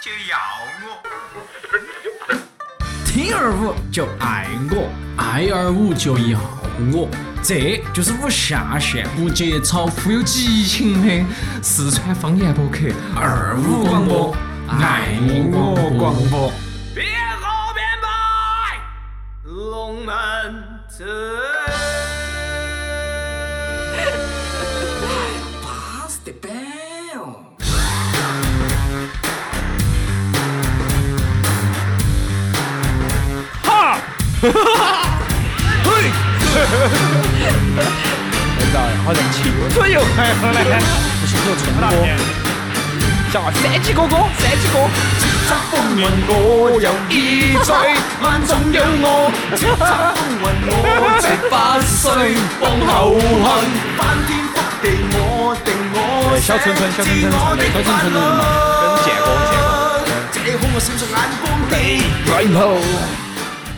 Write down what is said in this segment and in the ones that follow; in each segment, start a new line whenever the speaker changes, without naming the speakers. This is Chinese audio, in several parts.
就要我。
听二五就爱我，爱二五就要我，这就是无下限、无节操、富有激情的四川方言播客二五广播，爱我广播。
边喝边拜，龙门阵。
小春春，小春春，小春春，小春春跟建哥，建哥。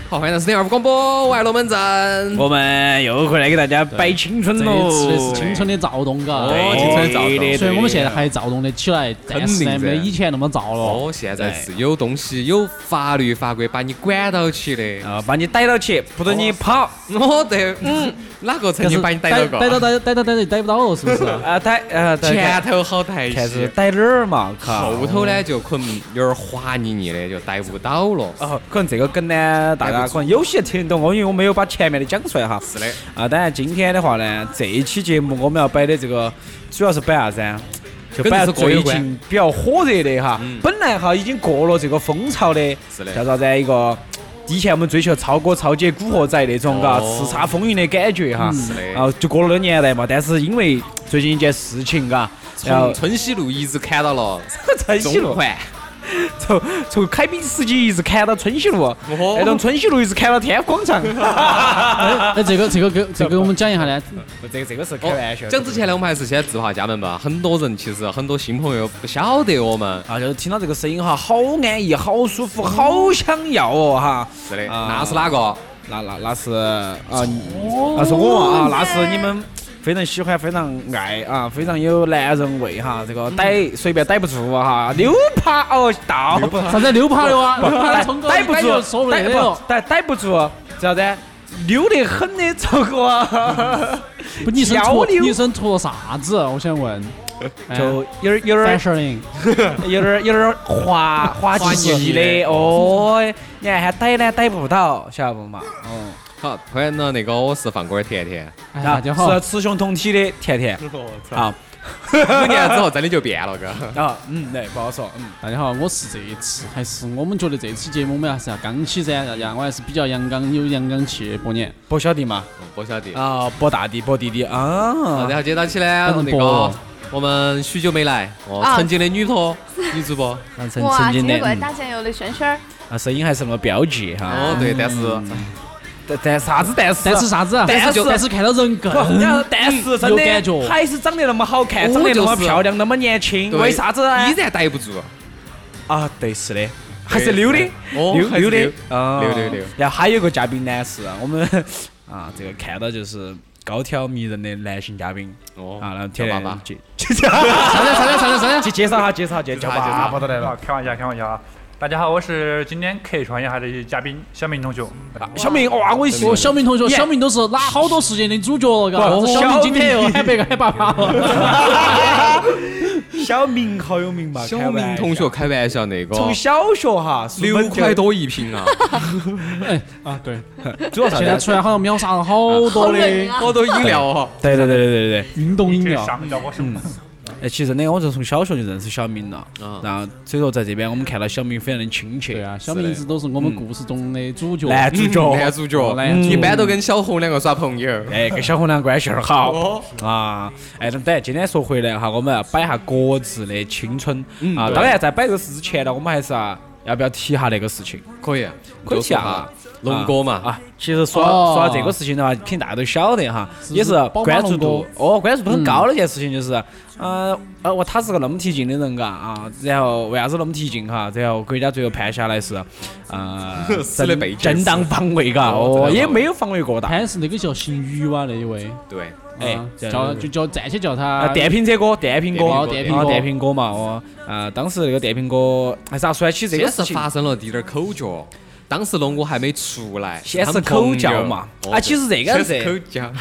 好，欢迎收听二五广播，我爱龙门阵。
我们又回来给大家摆青春
这
喽，
次的是青春的躁动，嘎。
对，
青春
对的，
所以我们现在
对的
还躁动得起来，但是呢，
肯定噻
没以前那么躁了。
哦，现在是有东西，有法律法规把你管到起的。
啊，把你逮到起，不准你跑，
我得，嗯，哪个曾
哦但是
经把你逮到过？
逮到逮逮到逮到逮不到哦，是不是？
啊逮啊逮，
前头好抬
看是
起，
逮哪儿嘛，靠，
后头呢就可能有点滑腻腻的，就逮不到了。
哦，可能这个梗呢，大家可能有些听得懂，我因为我没有把前面的讲出来哈。
是的。
啊，当然今天的话呢，这一期节目我们要摆的这个主要是摆啥子啊？就
跟
摆
这首歌有
最
关嗯
近比较火热的哈，本来哈已经过了这个风潮的，
是的
叫啥子啊一个。以前我们追求超哥、超姐、古惑仔那种嘎
哦嗯
叱咤风云的感觉哈，
是的
然后就过了那年代嘛。但是因为最近一件事情嘎，然后
从春熙路一直砍到了
春熙
中
路，
环，
从从开宾斯基一直砍到春熙路，
哦
那从春熙路一直砍到天府广 场。
哎，这个这个给这个我们讲一下呢，
这个这个是开玩笑的。
哦讲之前呢，我们还是先自报家门吧。很多人其实很多新朋友不晓得我们，
啊，就是听到这个声音哈，好安逸，好舒服，好想要哦哈。
是的，
啊
那是哪个？
那那那是啊，那是我啊，那是你们非常喜欢、非常爱啊，非常有男人味哈。这个
嗯
逮随便逮不住啊哈，溜趴哦到，
啥子溜爬的哇？溜爬
逮
啊的冲过
逮不
逮又说
住，
不来
逮
的
不
哟。
逮逮不住，啥子？溜得很的超哥，
不，你身
交
图
流
你身图啥子？啊我想问。哎
就有点有点
三十零，
有点儿有点儿滑滑稽
稽
稽的哦，你看还逮呢逮不到，晓得不嘛？哦，
好，欢迎呢，那个我是放歌的甜甜。
哎，大家好
啊是，雌雄同体的甜甜啊
五年之后真的就变了，哥。
啊，嗯，对，不好说，嗯，
大家好，我是这一次还是我们觉得这期节目我们还是要刚起噻，大家我还是比较阳刚有阳刚气的过年，
博小弟嘛，
嗯不晓得。
啊，博大弟，博弟弟啊
啊，，然后接到起呢，
不能
那
播
个我们许久没来，哦，
啊
曾经的女 托女主播，
曾
哇，
曾
今
经
天过来
嗯
的，
打酱油的轩轩儿，
啊，声音还是那么标记哈，
哦对，但是
但但啥子但是
但是啥子啊？
但是
就但是看到人更
不，然后但是真
有感觉
的还是长得那么好看，
哦
长得那么
就是
漂亮，那么年轻，
对
为啥子呢
依然逮不住，
啊，对，是的，还是溜的，
哦
溜
还是
溜的
溜，
哦
溜溜溜
然后还有个嘉宾呢，是我们啊，这个看到就是高挑迷人的男性嘉宾
哦
啊，然后
叫
天
爸
天
爸，
介介绍
啥子啥子啥子 啥子？
介介绍哈，介绍介绍
介绍
爸爸都来
啊，
了。
开玩笑，开玩笑啊！大家好，我是今天 K 传一下的嘉宾小敏同学。啊
小明，哇，我一说
哦，小明同学，
耶
小明都是拿好多时间的主角了，嘎
不，
小明今天
小
又
明
喊别个喊爸爸 了，
小明好有名嘛，开
小
玩
明
笑
同学开玩笑那个，
从小学哈，
六块
多。
多一 瓶啊，
啊，对，
主要啥
现在
子？
出来好像秒杀了好多的
啊
好多饮料哦，
对对对对对对。
运动啊饮
这
啊
料，
啥叫我什么？
哎，其实真的，我就从小学就认识小明了
嗯，
然后所以说在这边我们看到小明非常的亲切。
对啊，小明一直都是我们故事中的主角，
男
嗯
主角，
男主角
哦，男主角
一般都跟小红两个耍朋友，
哎，跟小红娘关系儿好啊！哎，那等下今天说回来哈，我们要摆一下各自的青春啊。
对
当然，在摆这个事之前呢，我们还是啊，要不要提一下那个事情？
可以，
可以
就
提
说
啊
哈，。龙哥嘛，，
啊，其实耍
哦
耍这个事情的话，肯定大家都晓得哈，
是
也是
宝马
关注
龙
度
哥嗯
哦，关注度很高的一件事情就是，呃呃，我他是个那么提劲的人嘎啊，然后为啥子那么提劲哈？然后国家最后判下来是，呃
死得背
正
景
正
是
当防卫嘎，
哦正当
哦
防，卫
也没有防卫过当。
潘是那个叫姓于哇那一位，
对，
哎
啊
对
叫
对
就叫暂且叫
啊，
他
电瓶车哥，电瓶哥，
哦
电瓶
啊，
哥
电瓶哥嘛，哦，啊，当时那个电瓶哥，哎，咋说起这
先
个
是
事情？
发生了滴点儿口角，当时龙哥还没出来，
先
他
是
们
口
朋
角
友
嘛，
哦
啊，其实这个
先是
这
口角，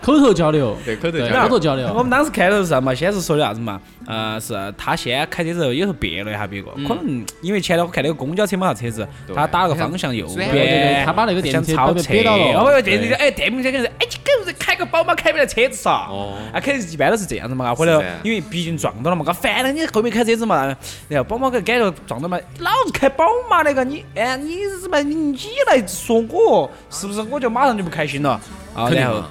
口头交流，
对口头
对
交流
口头交流。
我们当时开头是啥嘛？先是说的啥子嘛？呃，是他先开车之后，有时候别了一下别
嗯
个，可能因为前头我看那个公交车嘛，啥车子，
对
他打了个方向右
对
对对
边
对，，他把那个电
想
瓶车
超
都给
车
憋到
哦不
了，
不，电瓶车，哎，电瓶车跟人，哎，这狗日开个宝马开不了车子噻。
哦
啊，肯定是一般都是这样子嘛，或者
是噻
因为毕竟撞到了嘛，嘎烦了，你后面开车子嘛，然后宝马给感觉撞到嘛，老子开宝马那个，你哎，你怎么你你来说我，是不是我就马上就不开心了啊？
肯定
然后
嘛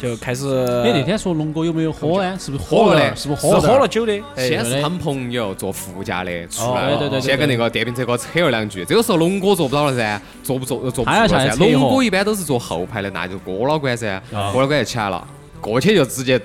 就开始，
你哎那天说龙哥有没有喝呢？是不是
喝
喝
了
了？
嘞
是不是
是
喝
喝了
了？
酒的，哎
先是他们朋友坐副驾的出来
哦对对对
了，
对
先跟那个电瓶车哥扯了两句。这个时候龙哥坐不到了噻，坐不坐呃坐不住
他要
了
下来
噻。
扯一
龙
下
哥一般都是坐后排的，那就哥老倌噻，
啊
哥老倌就起来了，过去就直接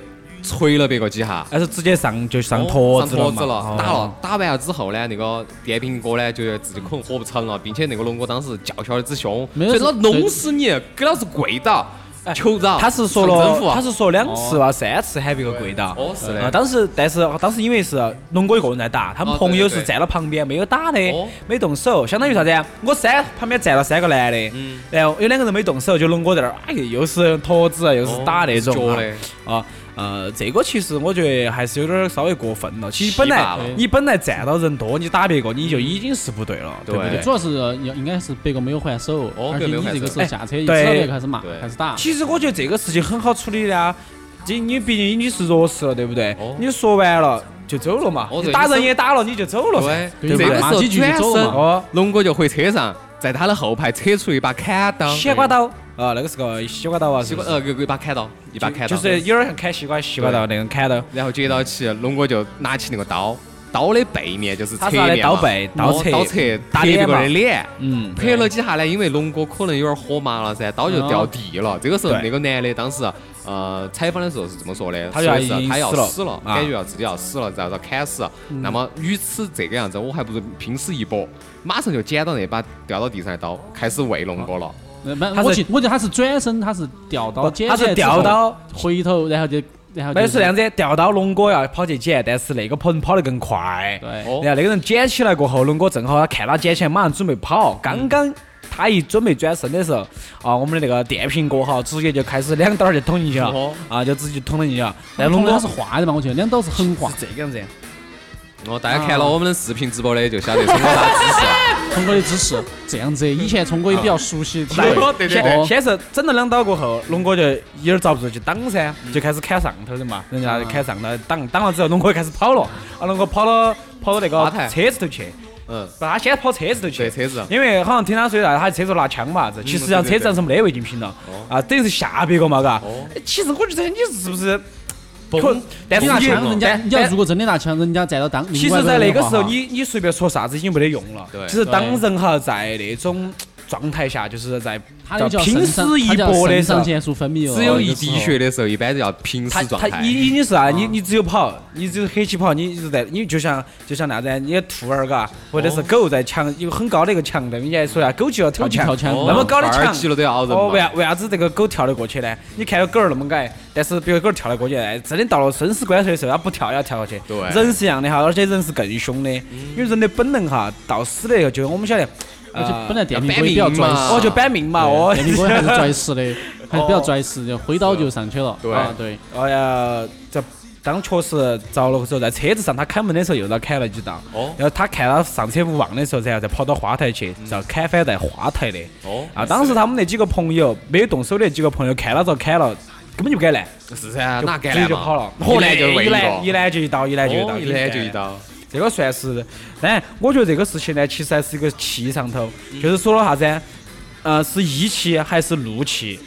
捶了别个几下。
还是直接上就上坨子
上
了
坨
嘛
子了，打。
哦
了，打完了之后呢，那个电瓶哥呢，就觉得自己可能活不成了，并且那个龙哥当时叫嚣的之凶，
没有
所以
是
老弄死你，给老子跪倒，求饶，
哎他是说
上政府
了，
啊
他是说两次吧，三次喊别个跪倒。
哦是的
啊当时，但是当时因为是龙哥一个人在打，他们朋友
哦对对
是
对
站到旁边没有打的
哦，
没动手，相当于啥子呀？啊我三旁边站了三个男的，
嗯
然后有两个人没动手，就龙哥在那儿，哎，又是坨子，啊又是打那种
哦
啊
是脚的
啊。呃，这个其实我觉得还是有点儿稍微过分了。其实本
欺
来
霸了
你本来站到人多，你打别个你就已经是不对了，对不
对
对？
主要是要应该是别个没有还手，
哦
而且
别
你
个没有还
这个
手
时候下车一
哎
知道
对
别个开始骂
对
开始打，
其实我觉得这个事情很好处理的啊，这你毕竟你是弱势了，对不对？
哦
你说完了就走了嘛，
哦对
你打人也打了，你就走了噻，
对，
对
不
这个
对
时？
骂
候
几句就
转
走了
身
嘛
哦，
龙哥就回车上，在他的后排扯出一把砍刀，
西瓜刀啊，那个是个西瓜刀啊，
西
是不
瓜
是
呃，一把砍刀，一把砍刀，
就是有点像砍西瓜西瓜刀那种砍刀。
然后接到起，龙哥就拿起那个刀，刀的背面就是
他
侧
是拿的
面嘛
刀背刀
哦
侧
刀侧打别个的脸，
嗯，
拍了几下呢，因为龙哥可能有点火麻了噻，刀就掉地了。这个时候
哦对
那个男的当时呃采访的时候是这么说的，
他
说的
就已
是
经
他要
死了
死了，
啊嗯
感觉要自己要死了，然后砍死。那么与此这个样子，我还不如拼死一搏，马上就捡到那把掉到地上的刀，开始喂龙哥了。
呃不
他
我
是
记我记得他是转身，他是掉刀捡起来
他
之后，
哦是掉刀，
回头然后就然后就哎
没有是这样子，掉刀龙哥要跑去捡，但是那个人跑得更快。
对
哦
然后那个人捡起来过后，龙哥正好看他捡起来，马上准备跑。
嗯
刚刚他一准备转身的时候，啊，我们的那个电瓶哥哈，直接就开始两刀就捅进去了
哦，
啊，就直接捅了进去了。但
但
龙
龙哥
哥
是画的嘛，我觉得两刀是很画
是。这个样子，
哦，大家
啊
看了我们的视频直播的就晓得是我啥姿势了。
聪哥的姿势这样子，以前聪哥也比较熟悉体
对
位，
对对
先
对
哦
先是整了两刀过后，龙哥就有点遭不住，就挡噻，
嗯
就开始砍上头的嘛，人
啊
家就砍上头挡，挡了之后，龙哥就开始跑了，啊，龙哥跑到跑到那
花
个
坛
车子头去。
嗯，
不他先跑车子头去，
对嗯车子
因为好像听他说的，他车子拿枪嘛子，其实上车子上是没得违禁品了，啊，等于是吓别个嘛，嘎哎
哦。
其实我觉得你是不是，可
崩，
但
你
是
拿
你
枪，人家你
但
要
但
如果真的拿枪，人家站到当，
哦哎其
另外
实，
一
在
边的
那个
话
时候，
哈
你你随便说啥子已经没得用了。
对
其实当
对
人哈在那种状态下，就是在
他那
叫
叫
拼
肾上
死一
他叫
搏的
肾
时候
上，腺素分泌哦，
只有一
那个时候
滴血。的时候，一般就要平
他
时状
他
态。
已已经是啊，你你只有跑，你只有黑起跑，你一直在，你就像就像那子，你的兔儿嘎，或
哦
者是狗在墙有很高的一个墙的，你还说呀，狗就要跳
要去
墙
跳，墙
哦
那么高的
二
墙
级了都要熬人
哦，为
嘛
啥为啥子这个狗跳得过去呢？你看到狗儿那么矮，但是别个狗儿跳得过去，哎真的到了生死关头的时候，它不跳也要跳过去。
对
人是一样的哈，而且人是更凶的，因为人的本能哈，到死的就我们晓得，
而且
呃
本来哎电瓶
要
哥也比较
扳命
拽
嘛
死，
哦就扳命嘛，哦
对，电瓶哥还是 拽死的，还是比较拽死，就挥刀就上去了。
对
啊对，
哦呀，这当确实着了之后，在车子上他砍门的时候又遭砍了几刀。
哦
然后他看他上车无望的时候，然后再跑到花台去，然后砍翻在花台的。
哦
啊，当时他们那几个朋友没有动手的几个朋友看他遭砍了，根本就不敢拦，
是噻，哪敢
直接
拦
就
嘛
跑了。
一拦就喂
一拦一
一
拦就一刀，一拦就一刀，
哦一拦就一。刀。
这个算是，当然，我觉得这个事情呢，其实还是一个气上头，就是说了啥子呢？呃，是义气还是怒气？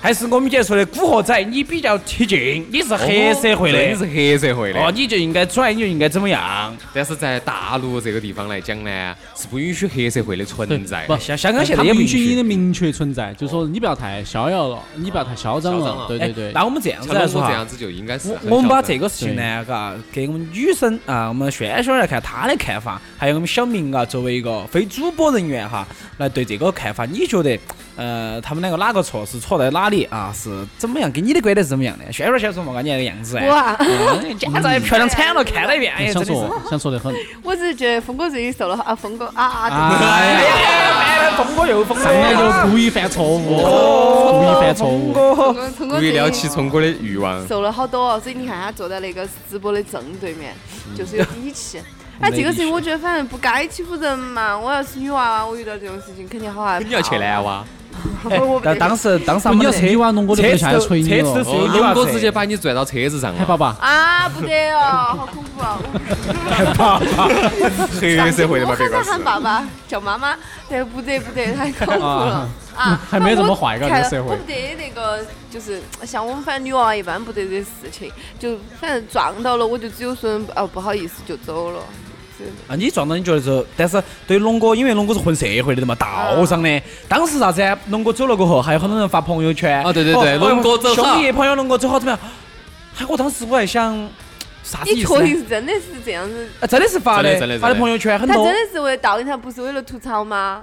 还是我们今天说的古惑仔，你比较贴近，你是黑社会
哦对你
的，
是黑社会的。啊
哦，你就应该拽，你就应该怎么样？
但是在大陆这个地方来讲呢，是不允许黑社会的存在。
不，香香港现在
他
也不
们允
允
许你
许
的。明确存在，就说你不要太逍遥了，你不要太嚣张
嚣张
了。
了
对
哦哎
对对，
那我们这样子
像
来
我
说
这样
哈，
子就应该是很
我我们把
嚣张
这个事情呢，嘎，给我们女生啊，我们轩轩来看她的看法，还有我们小明啊，作为一个非主播人员哈，来对这个看法，你觉得呃，他们两个哪个错是错在哪里啊？是怎么样？跟你的观点是怎么样的？轩轩先说嘛，刚才那个样子，哎，
哇，
嗯简直漂亮惨了，看了一遍，哎呀，真的是。
想说想说得很。
我只是觉得峰哥最近瘦了啊，峰哥啊啊，
哎
哎
呀，
呀，峰哥又峰
上来
哥，
就故意犯错误，
哦
故意犯错误。
峰哥峰哥
故意撩
最
起
近
聪哥的 欲望。
瘦了好多哦，所以你看他坐在那个直播的正对面，就是有底 气。哎，这个事情我觉得反正不该欺负人嘛。我要是女娃娃，我遇到这种事情肯定好害怕。
你要去南娃，
我不
啊但当时当时我
你
们
要
的
是
车
女娃，弄我就不
车
得
子
下来捶你
车子都。是
了哎
有女
哦龙
娃
哥
车
直接把你拽到车子上
害怕
了。
吧？
啊，不得哦，好恐怖哦！
黑社会的嘛，别
我
个
喊
是
他。喊爸爸，叫妈妈，但不得不得，太恐怖了啊！
还没怎么坏嘎
我看
这个社会
我不得那个，就是像我们反正女娃娃一般不得这事情，就反正撞到了，我就只有说哦不好意思就走了。真的
啊，你撞到你觉得是，但是对龙哥，因为龙哥是混社会的的嘛，道上的。当时啥子啊？龙哥走了过后，还有很多人发朋友圈。
啊对对对
哦
龙哥走
兄
好
弟朋友，龙哥走好怎么样？哎，我当时我还想，啥子
你
意
确
思呢？
定是真的是这样子？
啊，真的是发
真的真的真的
发的朋友圈很
他
多
真，的是为了道理，他不是为了吐槽吗？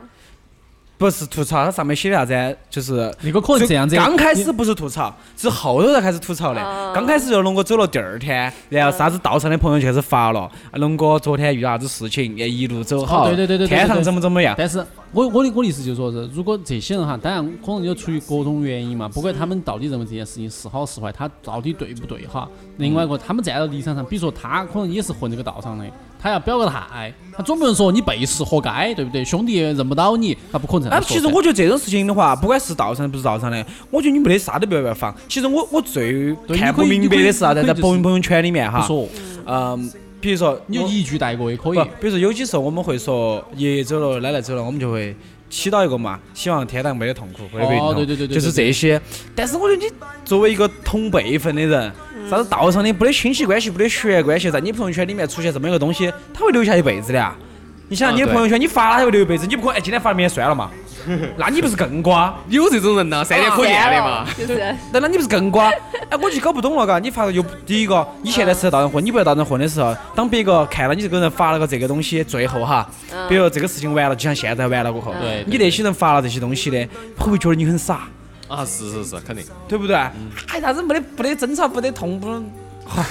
不是吐槽，他上面写的啥子啊？就是
那个可能这样子，
刚开始不是吐槽，是后头才开始吐槽的
哦。
刚开始就龙哥走了第二天，然后啥子道上的朋友就开始发了，啊龙哥昨天遇到啥子事情，也一路走好，
哦对对对对对对
天堂怎么怎么样。
但是我我的我的意思就是说是，如果这些人哈，当然可能有出于各种原因嘛，不管他们到底认为这件事情是好是坏，他到底对不对哈。另外一个，他们站到立场上，比如说他可能也是混这个道上的，他要表个态，他总不能说你背时活该，对不对？兄弟认不到你，他不 可能这
啊，
样说
其
噻。
实我觉得这种事情的话，不管是道上的不是道上的，我觉得你没得啥都不要不要放。其实我我最
对
看
你
不
可以
明白的是啥子？
你可
在
以就是
朋友朋友圈里面
不
哈，
说，
嗯，比如说
你就
我
一句带过也可以
不，。比如说有些时候我们会说爷爷走了，奶奶走了，我们就会祈祷一个嘛，希望天堂没得痛苦，或者没得病
哦
痛，
对对对对
就是这些。但是我觉得你作为一个同辈分的人，啥子道上的没得亲戚关系，没得血缘关系，在你朋友圈里面出现这么一个东西，他会留下一辈子的啊。你想，
嗯
你的
对
朋友圈你发了，他会留一辈子，你不可能哎今天发，明天算了嘛？那你不是更瓜？
有这种人呐，三
啊
天可见的嘛。
啊就是
难道你不是更瓜？哎，我就搞不懂了，嘎！你发个又不第一个，你现在是在道上混，你不要道上混的时候，当别个看到你这个人发了个这个东西，最后哈，
嗯
比如这个事情完了，就像现在完了过后，
对对
你那些人发了这些东西的，会不会觉得你很傻？
啊，是是是，肯定。
对不对？
嗯
哎，啥子没得没得争吵，没得痛不？ 哈，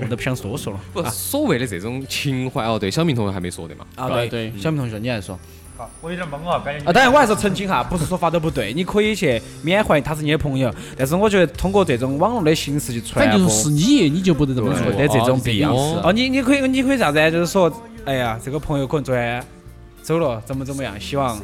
我都不想说说了。
不，所谓的这种情怀哦，对，小明同学还没说的嘛。
啊，
对
对，
对
小明同学，你来说
好，我有点懵啊，感觉
啊！当然，我还是澄清哈，不是说发都不对，你可以去缅怀他是你的朋友，但是我觉得通过这种网络的形式去传
反
播，
正哦就是是你，你就不得这么做
对的这种必要
哦
哦，你你可以你可以啥子啊？就是说，哎呀，这个朋友可能昨天走了，怎么怎么样，希望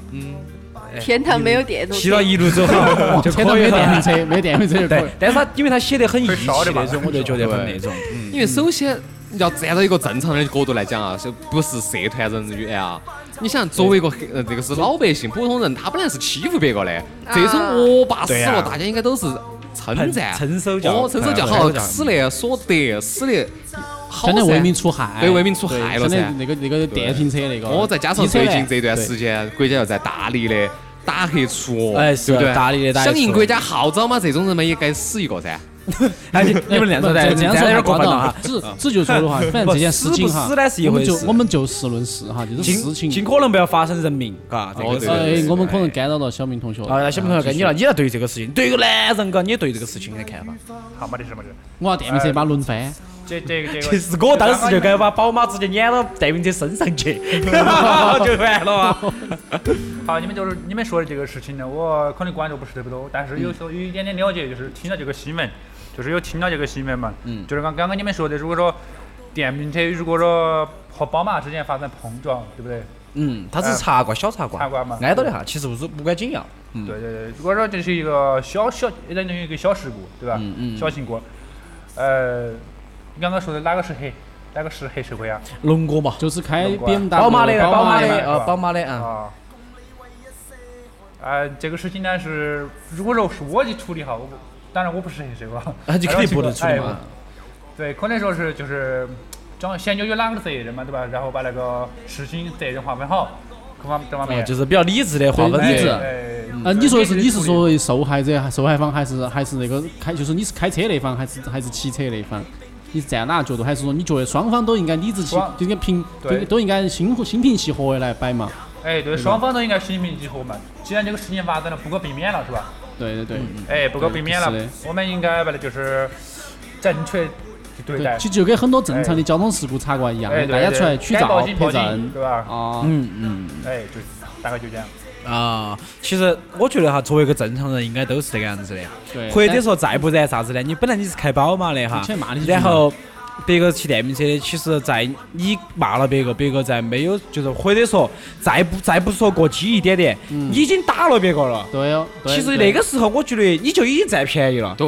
天堂没有电动车。
希望一路走 好就
这都
可
没
以
有电瓶
了。
车，没有电瓶车就可以
对。， 但是他因为他写得很义
会
气
少点吧嗯
那种，我就觉得很那种。
因为首先要站到一个正常的角度来讲啊，是不是社团人员啊？你想，作为一个黑呃这个是老百姓、普通人，他本来是欺负别个的，这种恶霸死
对
了，
啊
大家应该都是称赞、
趁趁手叫
哦，趁手叫好，死的所得，死的好
相当于为
噻
民。除害，
对为民除害了
对相
噻
当于那个那个电瓶车那个，
哦，再加上最近这段
对
时间，国家又在大力的打黑除恶，
哎是
对不对？
大力地打黑除恶
响应国家号召嘛，这种人嘛也该死一个�噻。
哎， 你 你们那样说
哎
的，
不这样
有
说
点过分了哈。嗯
只只就说的话，反正这件事情哈，
不死不死呢是一
我
回
们
事
就我们就事论事哈，就是
尽
事
尽
情。
可能不要发生人命，嘎，这
哦
个
对
是。
对
哎
对，
我们可能干扰到小明同学了。
啊，那小明同学，该你
了
了，。你来对于这个事情，对于一个男人，嘎，你对于这个事情的看 法？
好没得什么事。
我要电瓶车把它轮
哎
翻，
这这个这
其
个，
实我当时就该把宝马直接撵到戴云车身上去， 就完了啊。
好，你们就是你们说的这个事情呢，我可能关注不是特别多，但是有时候有一点点了解，就是听到这个新闻，就是有听到这个新闻嘛，嗯，就是刚刚刚你们说的，如果说电瓶车如果说和宝马之间发生碰撞，对不对？
嗯，他是茶馆，小茶馆，
茶馆嘛
挨到的哈，其实不是无关紧要。嗯
对对对，如果说这是一个小小，等于一个小事故，对吧？
嗯嗯
小情况，呃，你刚刚说的哪个是黑，哪个是黑社会啊？
龙哥嘛，
就是开
龙
BMW
哥啊
宝马的，
宝
马
的
哦
的，呃，
宝马的
宝马的啊，
啊，呃，这个事情呢是，如果说是我去处理好，我不当然我不是谁谁吧，
那就啊肯
然后
定不
结果
能处理
哎
嘛。
对，可能说是就是讲先究究哪个责任嘛，对吧？然后把那个事情责任划分好，各方哎这方
啊，
面。
就是比嗯较理智的划分
对理智
的。
哎
呃，你说的是你是，
哎
作为受害者、受害方，还是还是那个开，就是你是开车那一方，还是还是骑车那一方？你是站哪个角度？还是说你觉得双方都应该理直气，
双
就应该平，就
对
都应该心心平气和的来摆嘛？
哎，对，双方都应该心平气和嘛。既然这个事情发生了，不可避免了，是吧？
对对对，
哎，不可避免了
是的，
我们应该把它就是正确去对待
对，其。实就跟很多正常的交通事故查过一样
哎哎，，对
大家
对
出来取
该
照
报
陪
警报
证
警，对吧？
啊，
嗯嗯
哎，就大概就这样。
啊，其实我觉得哈，作为一个正常人，应该都是这个样子的。
对，
或者说再不然啥子呢？你本来你是开宝马的哈
你去骂你去，骂
然后别个骑电瓶车的，其实，在你骂了别个，别个在没有就是或者说再不再不说过激一点点，你已经打了别个了
但。对哦，嗯对
其实
对
那个时候，我觉得你就已经占便宜了，
对，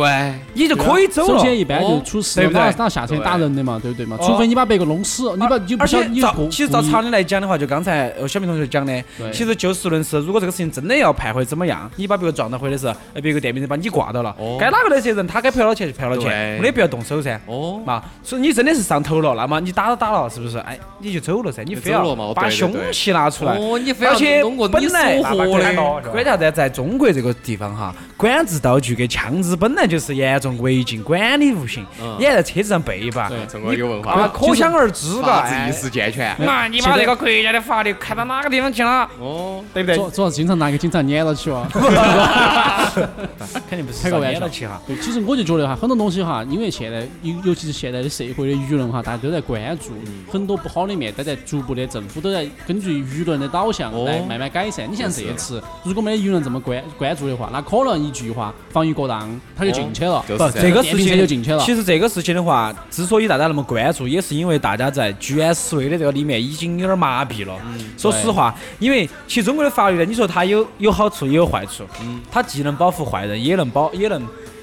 你就可以走了。
啊首先一般就
哦
出事，
对不对
哪哪下车打人的嘛，对不对嘛？
哦
除非你把别个弄死，你把你不
而
晓
且
得你
照
故
其实照
故意
常理来讲的话，就刚才呃小明同学讲的
对，
其实就事论事，如果这个事情真的要判会怎么样，你把别个撞到，或者是呃别个电瓶车把你挂到了
哦，
该哪个的责任，他该赔多少钱就赔多少钱，
对
没得必要动手噻。
哦，
嘛，所以你真的是上头了，那么你打都打了，是不是？哎，你就走了噻，你非要
走了嘛
把
对对
凶器拿出来，
哦，你非
而
要
且
弄个你
本
所
来啊
把
获
砍
的，
倒是吧
关键啥子？在中国这个地方哈，管制刀具跟枪支本来就是严重违禁，管理无形
嗯，
你还在车子上备吧？
对
中国有文
啊，
化，
可想而知嘎。
法
哎
治意识健全。
那你把这个国家的法律开到哪个地方去了？
哦，
对不对？
主主要是经常拿给警察撵到起哦。
肯定不是
开个玩笑
捏了去哈。
对，其实我就觉得哈，很多东西哈，因为现在尤尤其是现在的社会的舆论哈，大家都在关注，
嗯
很多不好的面都在逐步的政府都在根据舆论的导向
哦
来慢慢改善。你像这
是
一次，如果没得舆论这么关关注的话，那可能一句话防御过当，他就进去了。
就是
不，
这
这
样
个
电
事
瓶车
情
就进去了
其实这个事情的话，之所以大家那么关注，也是因为大家在居安思危的这个里面已经有点麻痹了。
嗯
说实话，因为其实中国的法律呢，你说它有有好处也有坏处，
嗯
它既能保护坏人，也能保也能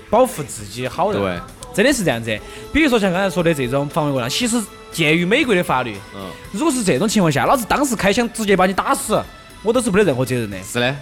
保护自己好人。
对，
真的是这样子。比如说像刚才说的这种防卫过当，其实鉴于美国的法律，
嗯，
如果是这种情况下，老子当时开枪直接把你打死，我都是没得任何责任的。
是的。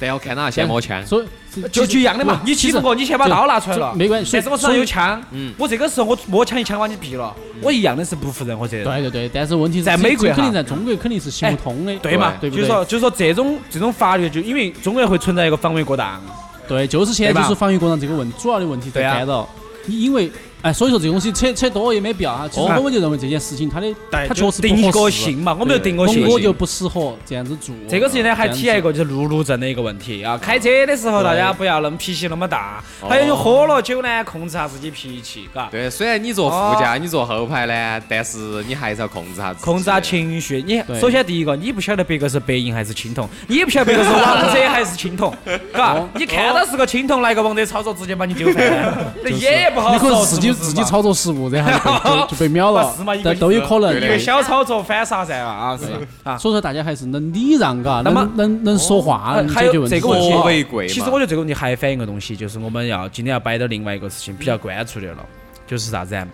但要看哪些毛枪，
所以
就就一样的嘛，你欺负我，你先把刀拿出来了，
就没关系
但是我手上有枪，
嗯
我这个时候我摸枪一枪把你毙了，
嗯
我一样的是不负任何责任。
对对对，但是问题是
在
这
美国
这肯定
哈
在中国肯定是行不
哎
通的，
对嘛？
对不
就是
对？
说，就是说这种这种法律，就因为中国会存在一个防卫过当，
对，就是现在
对
就
吧
是防御过当这个问主要的问题在
对啊
干扰。你因为哎，所以说这东西扯扯多也没必要啊。其实
哦
我们就认为这件事情它的它确
就
实
定
不合
个
适
性，嘛，我们就定个性
蒙。古就不适合这样子做。
这个事情呢，还体现一
个
个就是路怒症的一个问题啊。开车的时候，大家不要那么脾气那么大。
哦
还有你喝了酒呢，控制下自己脾气，嘎。
对，虽然你坐副驾，你坐后排呢，但是你还是要控制下自己
控制下情绪。你
对
首先第一个，你不晓得别个是白银还是青铜，你也不晓得别个是王者还是青 铜，嘎
哦。
你看到是个青铜，来个王者操作，直接把你丢翻了， 这也不好
你可能
说。
是自己
是不是
自己
嘛
操作失误，然后就被就 被秒了
是嘛一，个
但都有可能。
对
一
对
个
对
小操作反杀噻嘛，啊是吧啊。
所以说大家还是能礼让，嘎，
那么
能能能说话，
呃
能
还
解决
有
问题。哦
这个问题
和
啊，
哦为贵嘛
其实我觉得这个问题还反映一个东西，就是我们要今天要摆到另外一个事情比较关注的了，就是啥子啊？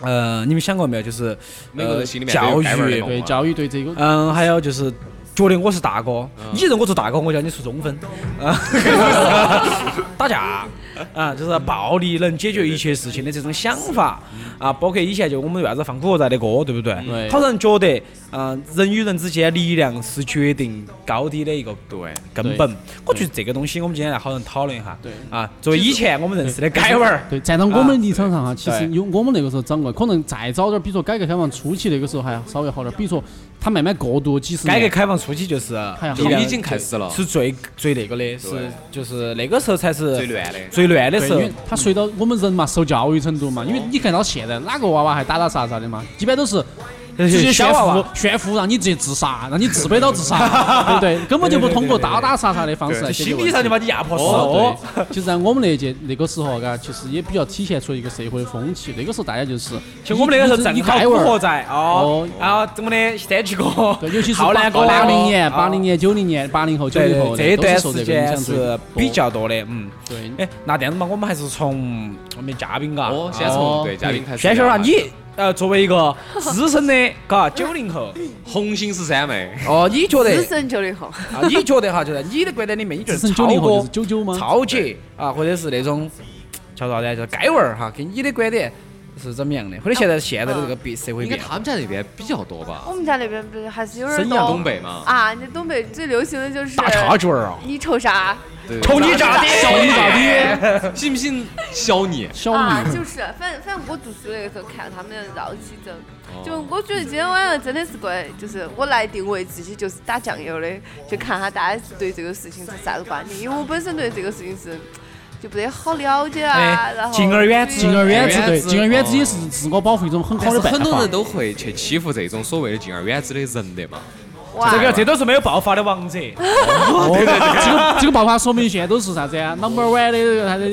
呃，你们想过没有？就是
每个
呃
人心里面
教
都有该玩的
育
嘛
对教育对这个
嗯，还有就是觉得我是大哥，
嗯
你认我做大哥，我叫你出中分啊，打架啊，就是暴力能解决一切事情的这种想法啊，包括以前就我们为啥子放古惑仔的歌，对不对？
对
好多人觉得，嗯，人与人之间力量是决定高低的一个
对，
根本。我觉得这个东西我们今天来好好讨论一下。
对
啊，作为以前我们认识的街玩儿，
对，站到我们的立场上哈，其实
啊对
有我们那个时候掌握，可能再早点，比如说改革开放初期那个时候还稍微好点，比如说它慢慢过渡几十
改革
年，
开放初期就是
哎呀
力
就
量
已经开始了，
是最最那个的，是就是那个时候才是
最乱的
最乱的
对，
时
因
候
为。它随着我们人嘛受教育程度嘛，因
哦
为你看到现在哪个娃娃还打打杀杀的嘛，基本都是。直接炫
小娃
富
娃，
炫富让你直接自杀，让你自卑到 自杀，对不对？根本就不通过打打杀杀的方式来解决
心
问
理
题。
上就把你压迫死了。
哦
哦，
对，其实在我们那一届那个时候，嘎，其实也比较体现出一个社会风气。那个时候大家就是，
就我们那个时候
你
正
你
好
该
古
玩
惑
儿，
仔哦，然后我们的三七哥，
对，尤其是
浩
八
南哥、
八零年、八零
年。
年、九零年、八零后、九
啊对
零后
哦对，这一
的都是
段
受
时
这个影
间
响最
是比较多的，嗯。
对。
哎，那这样子嘛，我们还是从我们嘉宾嘎，
哦，先
哦
从对嘉宾开始。
轩轩啊，你呃，作为一个资深的，嘎，九零后，
红星十三妹，
哦，你觉得
资深九零后，
啊？你觉得哈，就在你的观点里面，你觉
只
得
剩
超
九零后
哥
就是、九九吗？
超姐啊，或者是那种叫啥子啊，叫街娃儿哈，跟你的观点是怎么样的？或者现在现在的这个变社会
应该
变
他们家那边比较多吧
我？们家那边不是还是有
沈
点
阳
多
东北嘛，
啊？那东北最流行的就是
大差距儿啊，
你瞅啥
对
瞅你咋的，
小你咋的？信不信小你？
小
啊？
女，
就是，反正反正我读书那个时候看他们的绕起走，就我觉得今天晚上真的是贵，就是我来定位自己就是打酱油的，就看下大家是对这个事情是啥子观点，因为我本身对这个事情是就不得好了解啊
哎，
然后
敬而远之
对
敬而远之，
远
对，
之
敬而远之也
哦
是自我保护一种很好
但
的
是
办法。
很多人都会去欺负这种所谓的敬而远之的人的嘛。
哇
啊这个这都是没有爆发的王者，
哦，这个这个爆发说明现在都是啥子啊？Number one 的这个啥子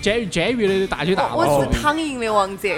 监狱监狱的大姐大
我
了
是。躺赢的王者，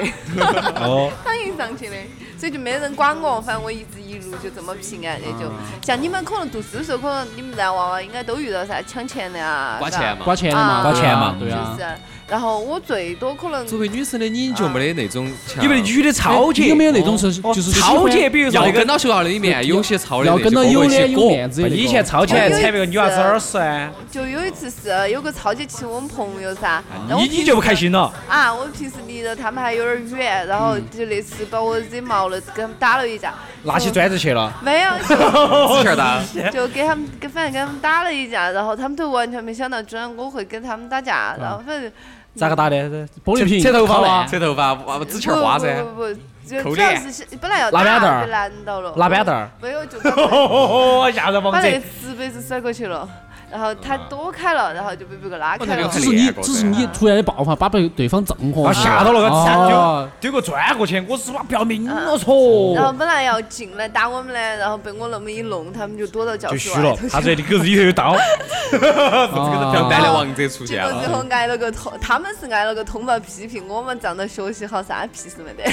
哦
哦
躺赢上去的，所以就没人管我，反正我一直一路就这么平安的就。像你们可能读书的时候，可能你们男娃娃应该都遇到啥抢钱的啊，
花
是吧
钱嘛。
花钱的嘛，
啊
对啊
花钱嘛
对啊
就。是。然后我最多可能
作为女生的你就没得那种强，
因为女的超姐
哎你有没有那种是
哦
就是喜欢
超姐，比如说
要
那
跟
个
到学校里面有些操的
要跟到有脸有面
面。
子的那种
以前超姐还踩别个女娃子耳屎啊，
就有一次是有个超级骑我们朋友噻，然后我
你你就不开心了，
啊，我平时离得他们还有点远，然后就那次把我惹毛了，跟他们打了一架。
嗯拿起砖子去了，
没 有，就
纸钱的，
就给他们，跟反正跟他们打了一架，然后他们都完全没想到，居然我会跟他们打架，
嗯
然后反正
咋个打的？
玻璃瓶
扯头发
啊
哇，
扯头发，
哦
哇，纸钱花噻
不。不不，就
扣
主要
脸
是是本来要
拿板凳
打
儿
被拦到了，
拿板凳儿，
没有就把
哦，吓人 王
把那个
者，
瓷杯子甩过去了，然后他
嗯
躲开了，然后就被别个拉开
哦那个
了
只
很。
是你只是你突然的爆发，把被对方震
啊
撼。
吓到了个
哦
惨丢丢个砖过去，我是把不要命了错
然，后本来要进来打我们的，然后被我那么一弄，他们就躲到教
就
室
虚
外
了
头去。，
他说你狗日里头有刀，
像
啊
单的王者出
结
现
果最后
了，
挨了个通，他们是挨了个通报批评，我们仗着学习好啥屁事没得。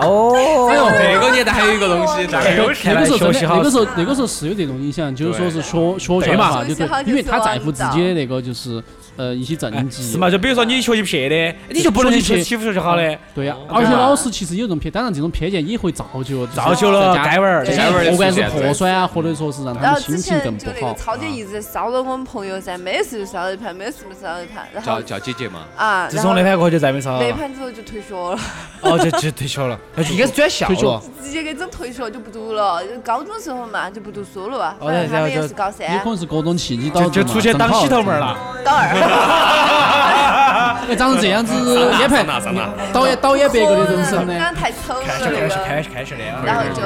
哦，
哎呦，那个年代还有一个东西，
看来看
那
来
个时候
学
真
习
的，
好
那个时候那个时候是有这种影响，就是说是学学校
对
的
嘛
话，就对
学习好，就
因为他
是
在乎
王
自
道
己的那个就是呃一些政绩。
哎是嘛？就比如说你学习不撇的，嗯你就不能去嗯欺欺负学习好的，
对呀、而且老师其实有这种偏，当然这种偏见也会造就
造就了该玩儿
这
对
些
该玩儿的
不管
出
是
现
破摔啊，或者说是让他
然后
们心
之
情
前
更
就
不
那
好
个。超姐一直骚扰我们朋友噻，没事就骚扰他，没事就骚扰他，然
叫
后
叫姐姐嘛，
啊，
自
然
从啊
后
那盘过后就再没吵
那
了，
盘之后就退学了，
哦，就就退学了， 应该是转校
退学
了。
直接给整退学就不读了，就高中时候嘛就不读书了吧，
哦
反正他
然后
们也
就是
高
也
三
可能是各种啊契机导
就
致
就
嘛
出去当洗头妹儿。
正好
了，
高 二。
哎，长成这样子，也
盘呐，上呐，
导演导演别个的人生
刚
呢？
刚太丑了
开始
那
开始
个
开。始开始的，啊
然后就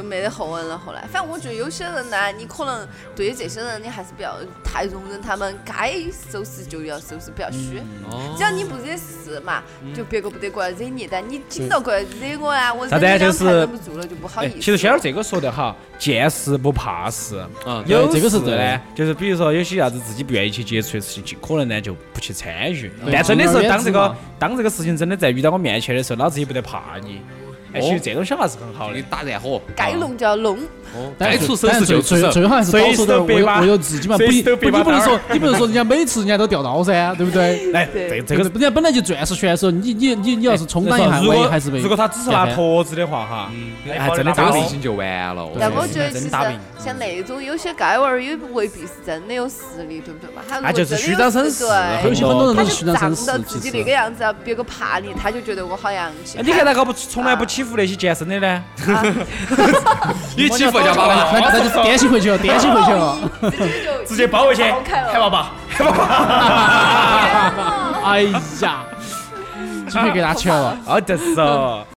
就没得后文了。后来，反正我觉得有些人呢，你可能对于这些人，你还是不要太容忍他们，该收拾就要收拾，不要虚。
嗯
只要你不惹事嘛，就别个不得过来惹你。但你经常过来惹我啊，我
啥
忍
子
你
啊就
两盘
是
忍不住了就不好
哎
意思，了。
其实轩儿这个说得好，见事不怕事。
啊，对
有
对这个是
事
对的
呢，就是比如说有些啥子自己不愿意去接触的事情，尽可能呢就不去参与。
对
但真的
敬而
是
远
当
之
这个
嘛
当这个事情真的在遇到我面前的时候，老子也不得怕你。
哦
哎，其实这种想法是很好的
你。打燃火，
该弄就要弄，
哦
但
该
是
出手
但
时
是
就
最
出
最
手，
最好还是保守点儿，
随
为
手背吧
了为了自己嘛，不
随
一
手
不
背
你
吧
不能
当
说你不能说人家每次人家都掉刀噻，对不对？
哎，这 这
这
个
个人家本来就钻石选手，你你你你要是充当一下，
如
万一
果
还是被嗯
如果他只是拿坨子的话，哈，哎，真的
这
打
个
不
事情就完了。
但
对
我觉得其
真
实
打不赢
像那种有些该玩儿也未必是真的有实力，对不对嘛？他如
那
果
哎就是
真的
虚
有
张声
实
势
对
有些很多人
他
都
就是
虚张
仗
声
到
势，其
自己
实
那个样子，别个怕你，他就觉得我好洋气。
哎你看那个不从来不欺负那些健身的呢？
你欺负人家爸
那
爸，
那就颠袭回去了，颠袭回去了。
直接就
直接包回去，
爆开了
开爸爸，
哎呀，准备给他敲了。
哦，就是哦。